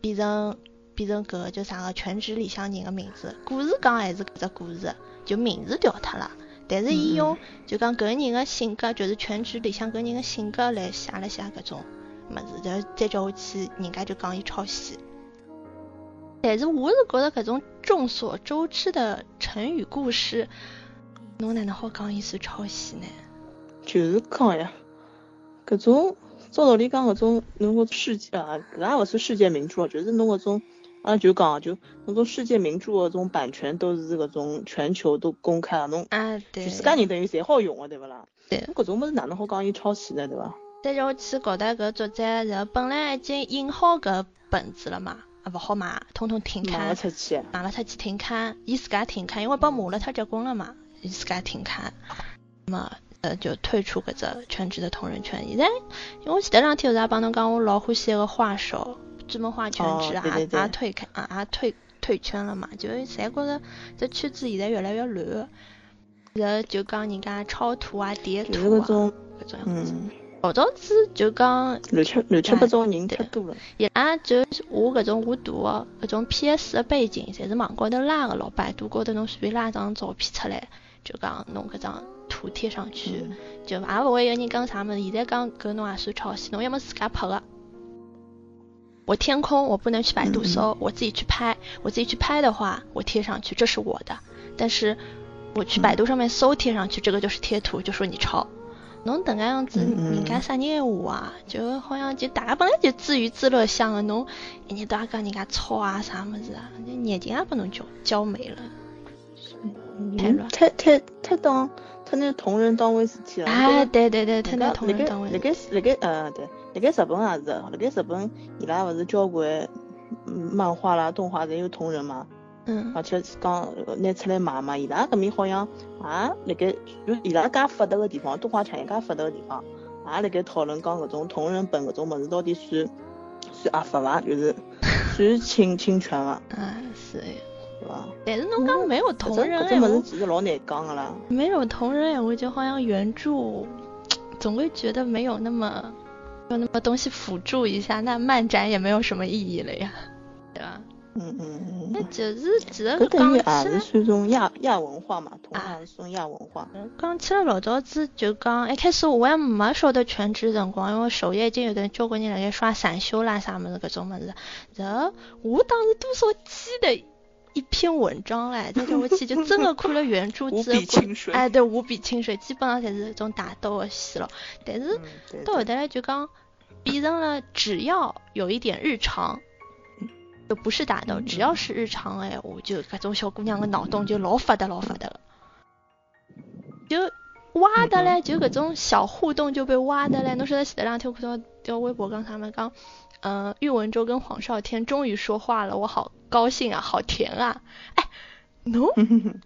变成变成搿个叫啥个全职里向人个名字。故事讲还是搿只故事，就名字调脱了。但是伊用就讲搿个人个性格，就是全职里向搿人个性格来写了写搿种物事，然后再叫下去，人家就讲伊抄袭。但是我是觉得搿种众所周知的成语故事，侬哪能好讲伊是抄袭呢？就是讲呀，搿种照道理讲，搿种侬个世界啊，搿也勿算世界名著哦，就是侬搿种，阿拉就讲啊，就侬种世界名著搿种版权都是搿种全球都公开啊，侬啊，对全，世界人等于侪好用个、啊对勿啦？对侬搿种物事哪能好讲伊抄袭呢，对伐？再叫去搞得搿作者，然后本来已经印好搿本子了嘛，啊勿好买，统统停卖刊勿，出去，买勿出去停刊，伊自家停刊，因为被骂了太结棍了嘛，伊自家停刊，那么呃就退出搿只全职的同人圈。现在，因为我前头两天有啥帮侬讲，我老欢喜一个画手，专门画全职，哦对也对对也退开，也也退退圈了嘛，就是侪觉着这圈子现在越来越乱，然后就讲人家抄图啊、叠图就是啊搿种，搿种样子。嗯，老早子就讲乱七乱七八糟人对太多了。伊拉就是画搿种画图个搿种 PS 的背景，侪是网高头拉个咯，百度高头侬随便拉张照片出来，就讲弄搿张图贴上去，嗯就啊也勿会有人讲啥物事。现在讲搿侬也算抄袭，侬要么自家拍个。我天空，我不能去百度搜，我自己去拍，我自己去拍的话，我贴上去，这是我的。但是我去百度上面搜贴上去，这个就是贴图，就说你抄。侬迭个样子，嗯嗯人家啥人会画啊？就好像就大家本来就自娱自乐向个，侬一日到夜讲人家抄啊啥物事啊，那眼睛也拨侬教教没了。太嗯乱太太太当太拿同人当回事体了。侬啊，搿对对对，太拿辣同辣人盖当回辣事盖辣盖呃对，辣盖日本也是，辣盖日本伊拉勿是交关嗯漫画啦、动画侪有同人嘛，嗯而且啊是讲呃拿出来卖嘛，伊拉搿面好像也辣盖就伊拉介发达个地方，动画产业介发达个地方，也辣盖讨论讲搿种同人本搿种物事到底算算合法伐？就是算侵侵权伐？啊是的。对伐？但是侬讲没有同搿人种搿哎，种物事我其实老难讲个啦。没有同人哎，我就好像原著，总会觉得没有那么有那么东西辅助一下，那漫展也没有什么意义了呀，对吧？嗯嗯嗯。那嗯就是其实搿等讲于起也来是。算种亚亚文化嘛，同啊样是算亚文化。讲起来老早子就讲，一开始我也没晓得全职辰光，因为首页已经有的交关人辣盖刷散修啦啥物事搿种物事。然后我当时多少记得一篇文章唻，再叫我去就真的看了原著之后，水哎，对，无比清水，基本上侪是搿种打斗的戏咯。但是嗯对到后对头来就讲变成了只要有一点日常，就不是打斗，只嗯要是日常哎，我就搿种小姑娘个脑洞就老发达老发达了，就嗯挖的嘞，就搿种小互动就被挖的嘞。侬晓得前头两天我看到条微博讲啥嘛，讲呃喻文州跟黄少天终于说话了，我好高兴啊，好甜啊，哎， 侬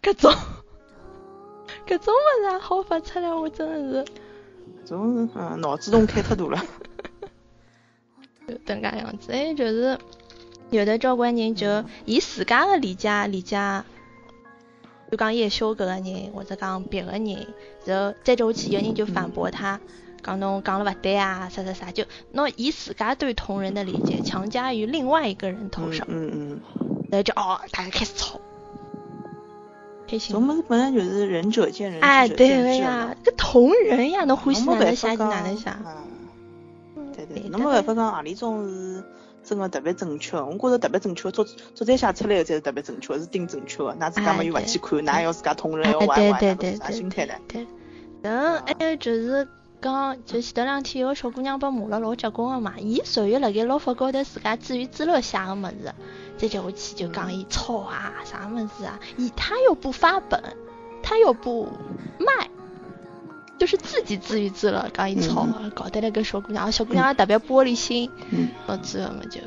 搿种搿种物事也好发出来，我真的是。搿种嗯脑子洞开太大了。就等介样子，哎，就是有的交关人就以自家的理解理解，就讲叶修搿个人，或者讲别个人，然后再叫下去，有人就反驳他，讲侬讲了勿对啊，啥啥啥，就拿以自家对同人的理解强加于另外一个人头嗯上，嗯嗯，然后就哦，大家开始吵，开搿种心。物事本来就是仁者见仁，哎，智者对见个智呀嘛，，搿同人呀，侬欢喜侬哪没能办写法就讲哪能写。啊嗯对啊对对，侬没大办概啊法讲何里种是真个特别正确，我觉着特别正确，作作者写出来个才是特别正确，是顶正确个。㑚自家哎么又勿对去看，㑚要自家捅人，要哎玩对玩，对哪能对是啥对心态唻？对，然后还有哎就是讲，就前头两天有个小姑娘被骂了老结棍个嘛，伊属于辣盖老发高头自家自娱自乐写个物事，再接下去就讲伊抄啊啥物事啊，伊他又不发本，他又不卖。就是自己自娱自乐，讲伊抄，搞得那个小姑娘，小姑娘也特别玻璃心，嗯，到最后嘛就，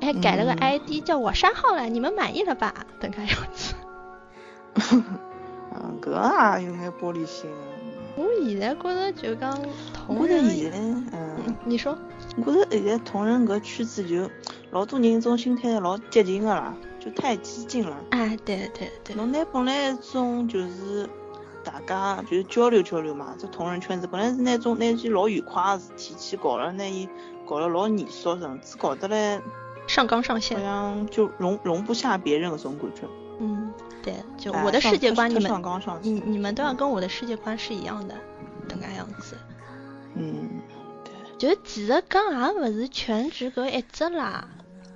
还改了个嗯 ID 叫我删号了，你们满意了吧？等个样子。嗯，搿个也有眼玻璃心啊。我现在觉着就讲同我觉着人，现在，嗯嗯，啊你说，我觉着现在同人搿圈子就老多人种心态老激进个啦，就太激进了。哎，对对对，侬拿本来一种就是大家就是交流交流嘛，这同人圈子本来是拿种拿一件老愉快个事体去搞了，拿伊搞了老严肃，甚至搞得来上纲上好线，像就容容不下别人搿种感觉。嗯，对，就哎我的上世界观，特你上们，纲上你线。你们都要跟我的世界观是一样的，等个样子。嗯，就其实讲也勿是全职搿一只啦，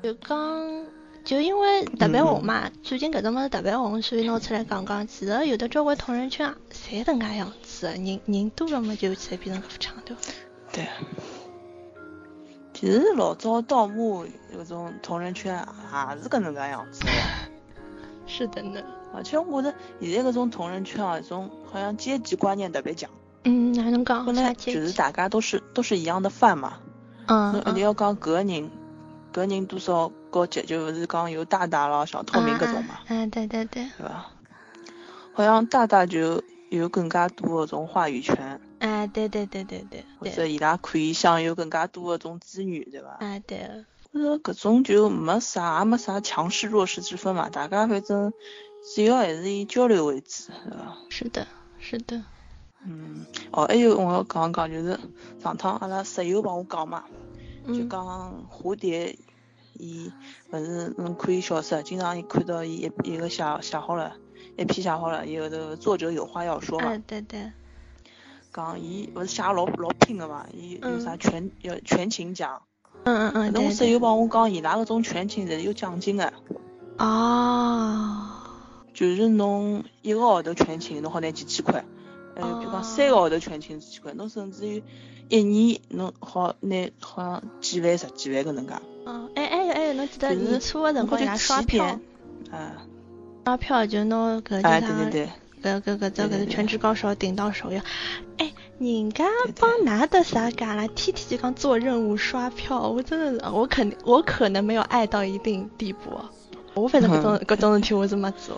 就讲就因为嗯特别红嘛，最近搿只物事特别红，所以拿出来讲讲。其实有的交关同人圈啊侪搿能介样子的，人人多了嘛，就侪变成搿副腔 调。对。其实老早盗墓搿种同人圈也是搿能介样子的。是的呢。而且我觉着现在搿种同人圈啊，一种好像阶级观念特别强，嗯，哪能讲？本啥来阶就是级大家都是都是一样的饭嘛，嗯侬一嗯定要讲搿个人，搿人多少高级，就勿是讲有大大啦、小透明搿种嘛，啊，啊啊对对对，对伐？好像大大就有更加多搿种话语权，啊，对对对对对或对，者伊拉可以享有更加多搿种资源，对伐？啊对，觉着搿种就没啥也没啥强势弱势之分嘛，大家反正主要还是以交流为主，对伐？是的，是的，嗯，哦，还有我要讲讲，就是上趟阿拉室友帮我讲嘛，就嗯讲蝴蝶，伊勿是侬看伊小说，经常伊看到伊一一个写写好了，一篇写好了，伊后头作者有话要说啊嘛，对对，讲伊勿是写老老拼个嘛，伊有啥全要全勤奖，嗯嗯嗯，那我对室对，友帮我讲，伊拉搿种全勤侪是有奖金个，哦，就是侬一个号头全勤，侬好拿几千块。呃，比哦如讲三个号头全勤几千块，侬甚至于一年侬好拿好像几万、十几万搿能介。嗯哦，哎哎哎，侬记得就是年初的辰光伊拉刷起票点，，啊，刷票就拿搿哎，就对对对，搿搿搿只对搿对是对全职高手顶到手要，哎，人家对对帮拿的啥干啦？天天就讲做任务刷票，我真的是，我肯定我可能没有爱到一定地步，啊我嗯反正搿种搿种事体我是没做，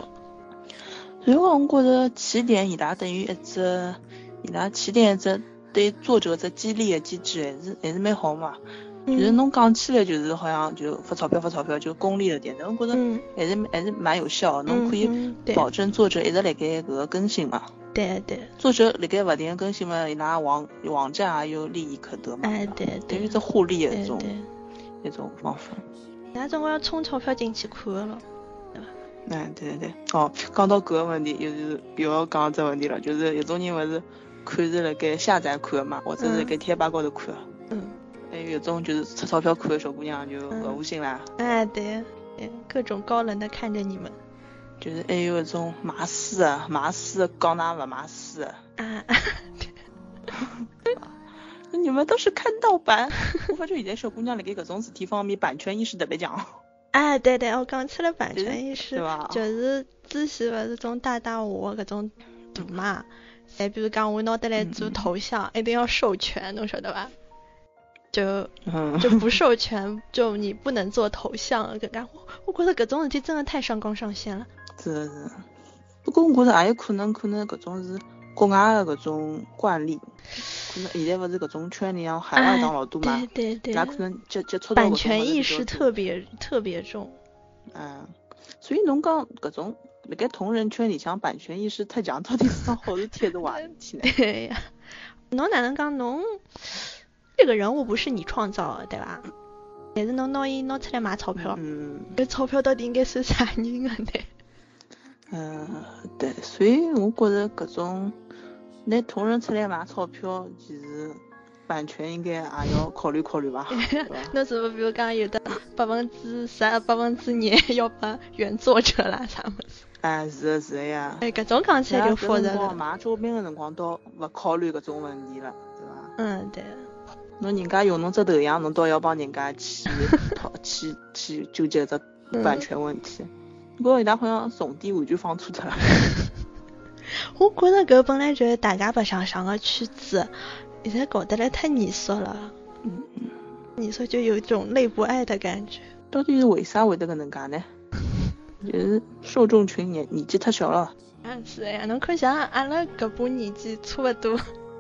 所以讲我觉着起点伊拉等于一只，伊拉起点一只对作者只激励的机制还是还是蛮好嘛。就是嗯侬讲起来就是好像就发钞票发钞票就功利了点，但我觉着嗯还是还是蛮有效的，侬嗯可以嗯对保证作者一直辣盖搿个更新嘛。对对，作者辣盖勿停地更新嘛，伊拉网网站啊也有利益可得嘛，哎对等对于只互利的一对种对。一种方法。那总归要充钞票进去看的了。哎，对对对，哦，讲到搿个问题，就是又要讲只问题了，就是有种人勿是看是辣盖下载看的嘛，或者是辣盖贴吧高头看的，嗯，还有有种就是出钞票看的小姑娘就勿无心啦，哎，对，对，各种高冷的看着你们就是还有一种卖书的，卖书的讲㑚勿卖书的，啊， 你们都是看盗版。 我发觉现在小姑娘辣盖搿种事体方面版权意识特别强，哎，对对，我讲起了版就是权意对识，伐？就是之前勿是种大大我搿种赌嘛，哎，比如讲我拿得来做嗯嗯头像，一定要授权，侬晓得伐？就嗯，就不授 权，就你不能做头像。搿个我我觉着搿种事体真的太上纲上线了。是是。不过我觉着也有可能，可能搿种是国外的搿种惯例，可能现在勿是搿种圈里向海外当老多嘛，对对伊对，拉可能接接触到版搿种物事权意比较识多特别特别重。嗯，所以侬讲搿种辣盖同人圈里向版权意识太强，到底是桩好事体还是坏事体 呢？对呀，侬哪能讲侬这个人物不是你创造的，对伐？但是侬拿伊拿出来买钞票，嗯搿钞票到底应该算啥人啊个呢？嗯，对，所以我觉着搿种拿同人出来买钞票，其实版权应该也要考虑考虑吧，对吧？ 那是不是比如讲有的百分之三、百分之廿要拨原作者啦啥物事？哎，是的，是的呀。哎，搿种讲起来就复杂人家搿辰光了。买周边个辰光倒勿考虑搿种问题了，对伐？嗯，对。侬人家用侬只头像，侬倒要帮人家去 讨去去纠结只版权问题。不过伊拉好像重点完全放错脱了。嗯我觉着搿本来就是大家白相相个圈子，现在搞得来太严肃了，嗯，严肃就有一种内不爱的感觉。到底是为啥会得搿能介呢？就是受众群年年纪太小了。嗯，是哎呀，侬看像阿拉搿把年纪差勿 多，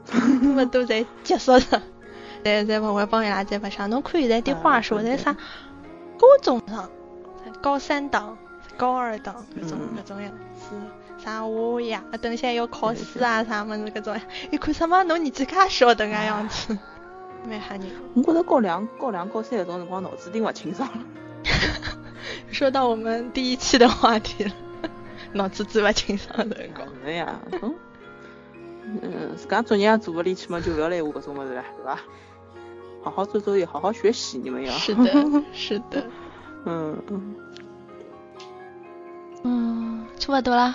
差勿多侪结束了，侪侪勿会帮伊拉再白相。侬看现在的话术，啊侪对啥高中生、高三档、高二档搿种嗯搿种样子。啥我呀，啊等下要考试啊，啥么子搿种，哎一看什么侬年纪介小，等下样子，蛮吓人。我觉着高两高两高三搿种辰光脑子顶勿清爽了。说到我们第一期的话题了， 脑子记不清爽的辰光。是的呀，嗯，嗯，自家作业也做勿里去嘛，就勿要来我搿种物事了，对伐？好好做作业，好好学习，你们要。是的，是 的，嗯嗯，嗯，差不多啦。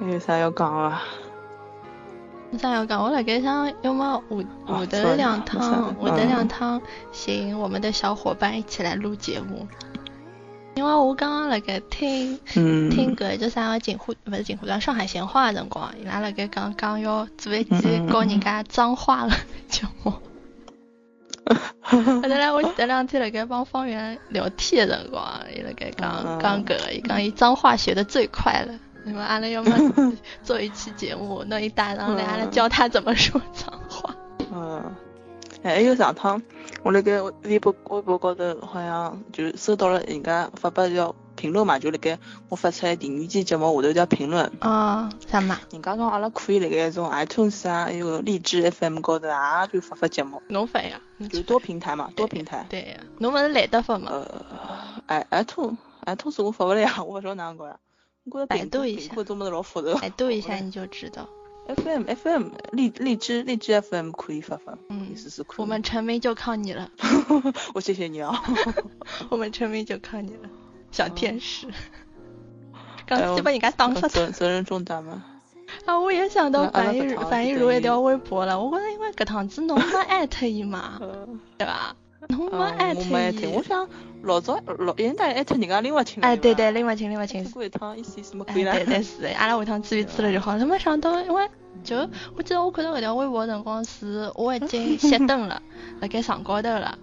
还有啥要讲啊？我想要讲，我辣盖想，要么我啊我算的了两没事趟儿，我的嗯两趟，请我们的小伙伴一起来录节目。因为我刚刚辣盖听嗯，听搿叫啥个锦湖，勿是锦湖端上海闲话个辰光，伊拉辣盖讲讲要做一期嗯嗯嗯教人家脏话了 节目。后头来我前两天辣盖帮方圆聊天的辰光，伊辣盖讲嗯讲搿，伊讲伊脏话学的最快了。那么阿拉要么做一期节目，弄伊搭上来，阿拉嗯教他怎么说脏话。嗯，哎还有上趟我辣盖微博微博高头好像就收到了人家发拨条评论嘛，就辣盖我发出来订阅期节目下头一条评论，啊，啥嘛？人家讲阿拉可以辣盖种 iTunes 啊，还有荔枝 FM 高头啊，就发发节目，侬发呀？你就去多平台嘛，多平台。啊对呀，侬勿是懒得发嘛？呃，哎，iTunes iTunes 我发勿来呀，我勿晓得哪能搞呀。我觉着百评度估一评下估这种物事老复 杂百哎度一下你就知道。 FM FM 荔荔枝荔枝 FM 可以发发，嗯意，思是可以。我们成名就靠你了。我谢谢你啊。我们成名就靠你了，小天使。哎刚呦去把人家挡死责他责任重大吗？啊！我也想到那阿拉樊一搿茹趟樊一茹就等一于条微博了，我觉着因为搿趟子侬没艾特伊 嘛，呃，对伐？侬没嗯艾我没艾特特，我伊。想老早老现在艾特人家另外亲了。哎，对对，吧，另外请另外请艾特。过一趟，意思什么哎，鬼啦？对对是，阿拉下趟注意吃了就好了。没想到，因为就我记得我看到搿条微博的辰光是我已 经熄灯了，辣盖床高头了。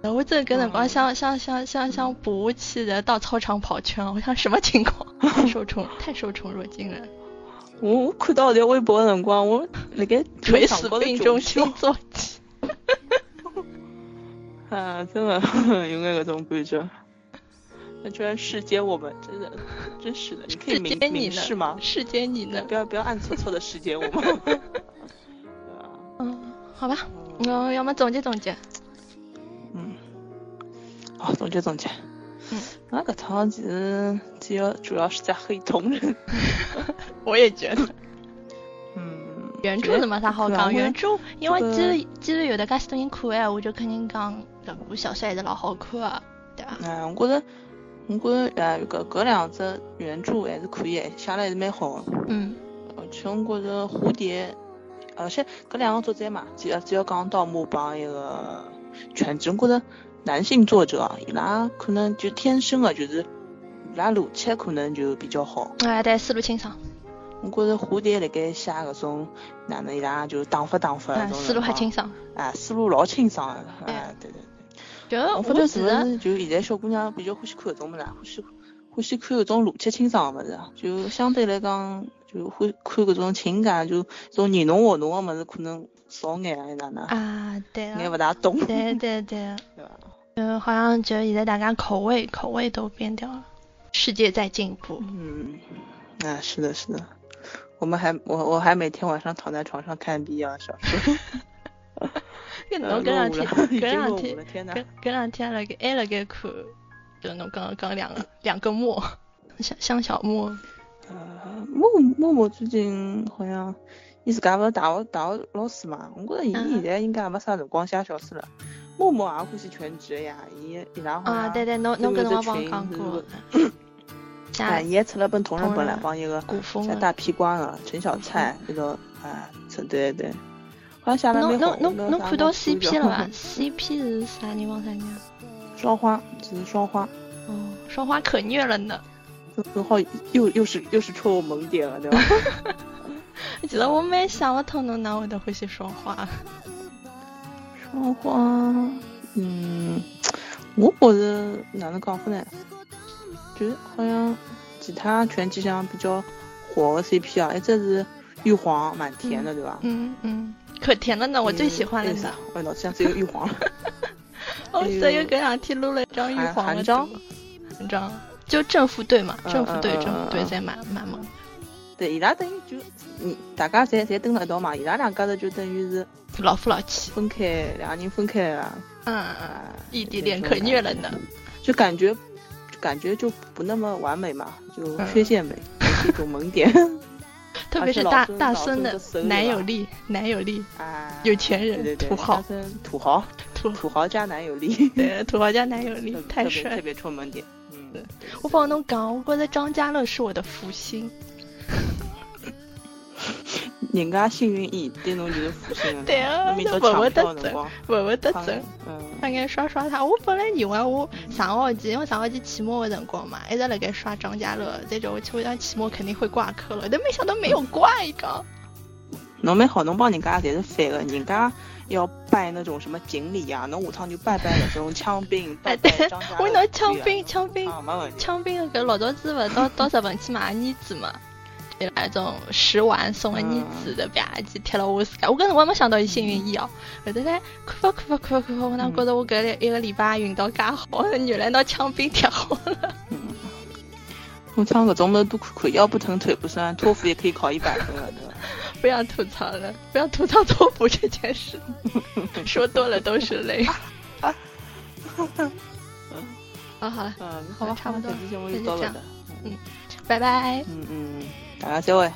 然后我这搿辰光想想想想想补下去，然后到操场跑圈，我想什么情况？ 太受宠，太受宠若惊了， 我我看到条微博的辰光，我辣盖垂床死高头病窘中笑惊坐起。啊，真的 有眼搿种感觉。那居然世间我们，真的，真是的，你可以世 明间你明示呢吗？？世间你呢不？要不要暗搓搓的世间 我们。对啊吧嗯，好吧，嗯嗯，要么总结总结。嗯，好，总结总结。嗯，那搿趟其实主要主要是在黑同人。我也觉得啊嗯，原著是没啥好对讲，我原也著因为这个既然既然有的介许多人看哎，我就肯定讲搿部小说还是老好看的，对伐？哎，我觉着，我觉着，哎，搿搿两只原著还是可以的，写了还是蛮好的。嗯而且我觉着蝴蝶，而且搿两个作者嘛，只要只要讲盗墓帮一个全职，我觉着男性作者啊，伊拉可能就天生的，就是伊拉逻辑可能就比较好。哎，对，思路清爽，我觉着蝴蝶辣盖写搿种哪能伊拉就打发打发搿嗯，种思路还辰光清爽。啊，思路老清爽的。对哎，对对对。就嗯我发觉其是实勿是就现在小姑娘比较欢喜看搿种物事啊，欢喜欢喜看搿种逻辑清爽的物事啊，就相对来讲就欢看搿种情感就种你侬我侬的物事可能少眼啊，哪能啊，对眼啊，勿大懂。对对对，对吧嗯，好像觉得现在大家口味口味都变掉了，世界在进步。嗯，啊，是的，是的。我们还我我还每天晚上躺在床上看 BL 小说，搿呃侬搿落两伍了天，搿已经两落伍天了，天哪！搿搿两天哎辣盖还辣盖看，就侬刚刚讲两个两个墨，香香小莫，呃，默默默最近好像，伊自家勿是大学大学老师嘛，我觉着伊嗯现在应该也没啥辰光写小说了。默默也欢喜全职个呀，伊伊拉好啊，像对对，侬都侬搿有辰只光帮我群讲是过，哎，写伊还出了本同人本同来人嗯帮一个古风像的。大屁瓜个陈小菜那个啊，陈对对，好像写了侬蛮好侬的。侬侬看到 CP 了伐吧？ ？CP 是啥人帮啥人啊？双花，只是双花，哦，双花可虐了呢。正正好又又是又是戳我萌点了，对吧？其实我蛮想勿通侬哪会得欢喜双花。双花，嗯，我觉着哪能讲法呢？就是好像其他拳击上比较火的 CP 啊，一只是玉皇蛮甜的，对吧？嗯哎嗯嗯，可甜了呢，我最喜欢了啥呢。？哦我脑子想只有玉皇了。哎我记得有搿两天撸了一 张玉 韩皇的韩章图，韩章就正副队嘛，嗯正副队嗯嗯正副队嗯嗯侪蛮蛮猛的。对，伊拉等于就，嗯，大家侪侪蹲辣一道嘛，伊拉两家头就等于是老夫老妻，分开，两个人分开了嗯嗯嗯，啊，异地恋可虐了呢。嗯就感觉，就感觉就不那么完美嘛，就嗯缺陷美，是一种萌点特别是啊而且老大孙大老孙孙的的手里男吧友力，男友力，啊。有钱对人对对，土豪加，深土豪，土土豪加男友力，对土豪加 男友力特太别特别帅特。别充萌点。嗯，对我帮侬讲，我觉得张家乐是我的福星。人家幸运一对侬就是福星了。对啊侬每朝那稳抢稳地票的辰走光，稳稳的看走，嗯，大概刷刷它。我本来以为我上学期，因为上学期期末的辰光嘛，一直辣盖刷张家乐，这种我期末期末肯定会挂科了，但没想到没有挂一个。侬蛮好，侬帮人家侪是反的，人家要拜那种什么锦鲤啊，侬下趟就拜拜搿种枪兵，拜哎拜对张家我乐拿之枪类的兵，枪兵，啊，没问题。枪兵搿老早子勿到到日本去买个镊子嘛，对啦，那种十万送个镊子的吧唧贴了我自家。我搿辰光没想到伊幸运一哦，后头呢看吧看吧看吧看吧，我哪觉着我搿一个礼拜运道介好，原来拿枪兵贴好了。侬唱搿种么多看看，腰不疼腿不酸，托福也可以考一百分了，对吧？不想吐槽了，不要吐槽托福这件事，说多了都是泪。嗯好好了，嗯，好吧差不多这期节目嗯那就就嗯到这了样的。拜拜。嗯嗯，大家再会。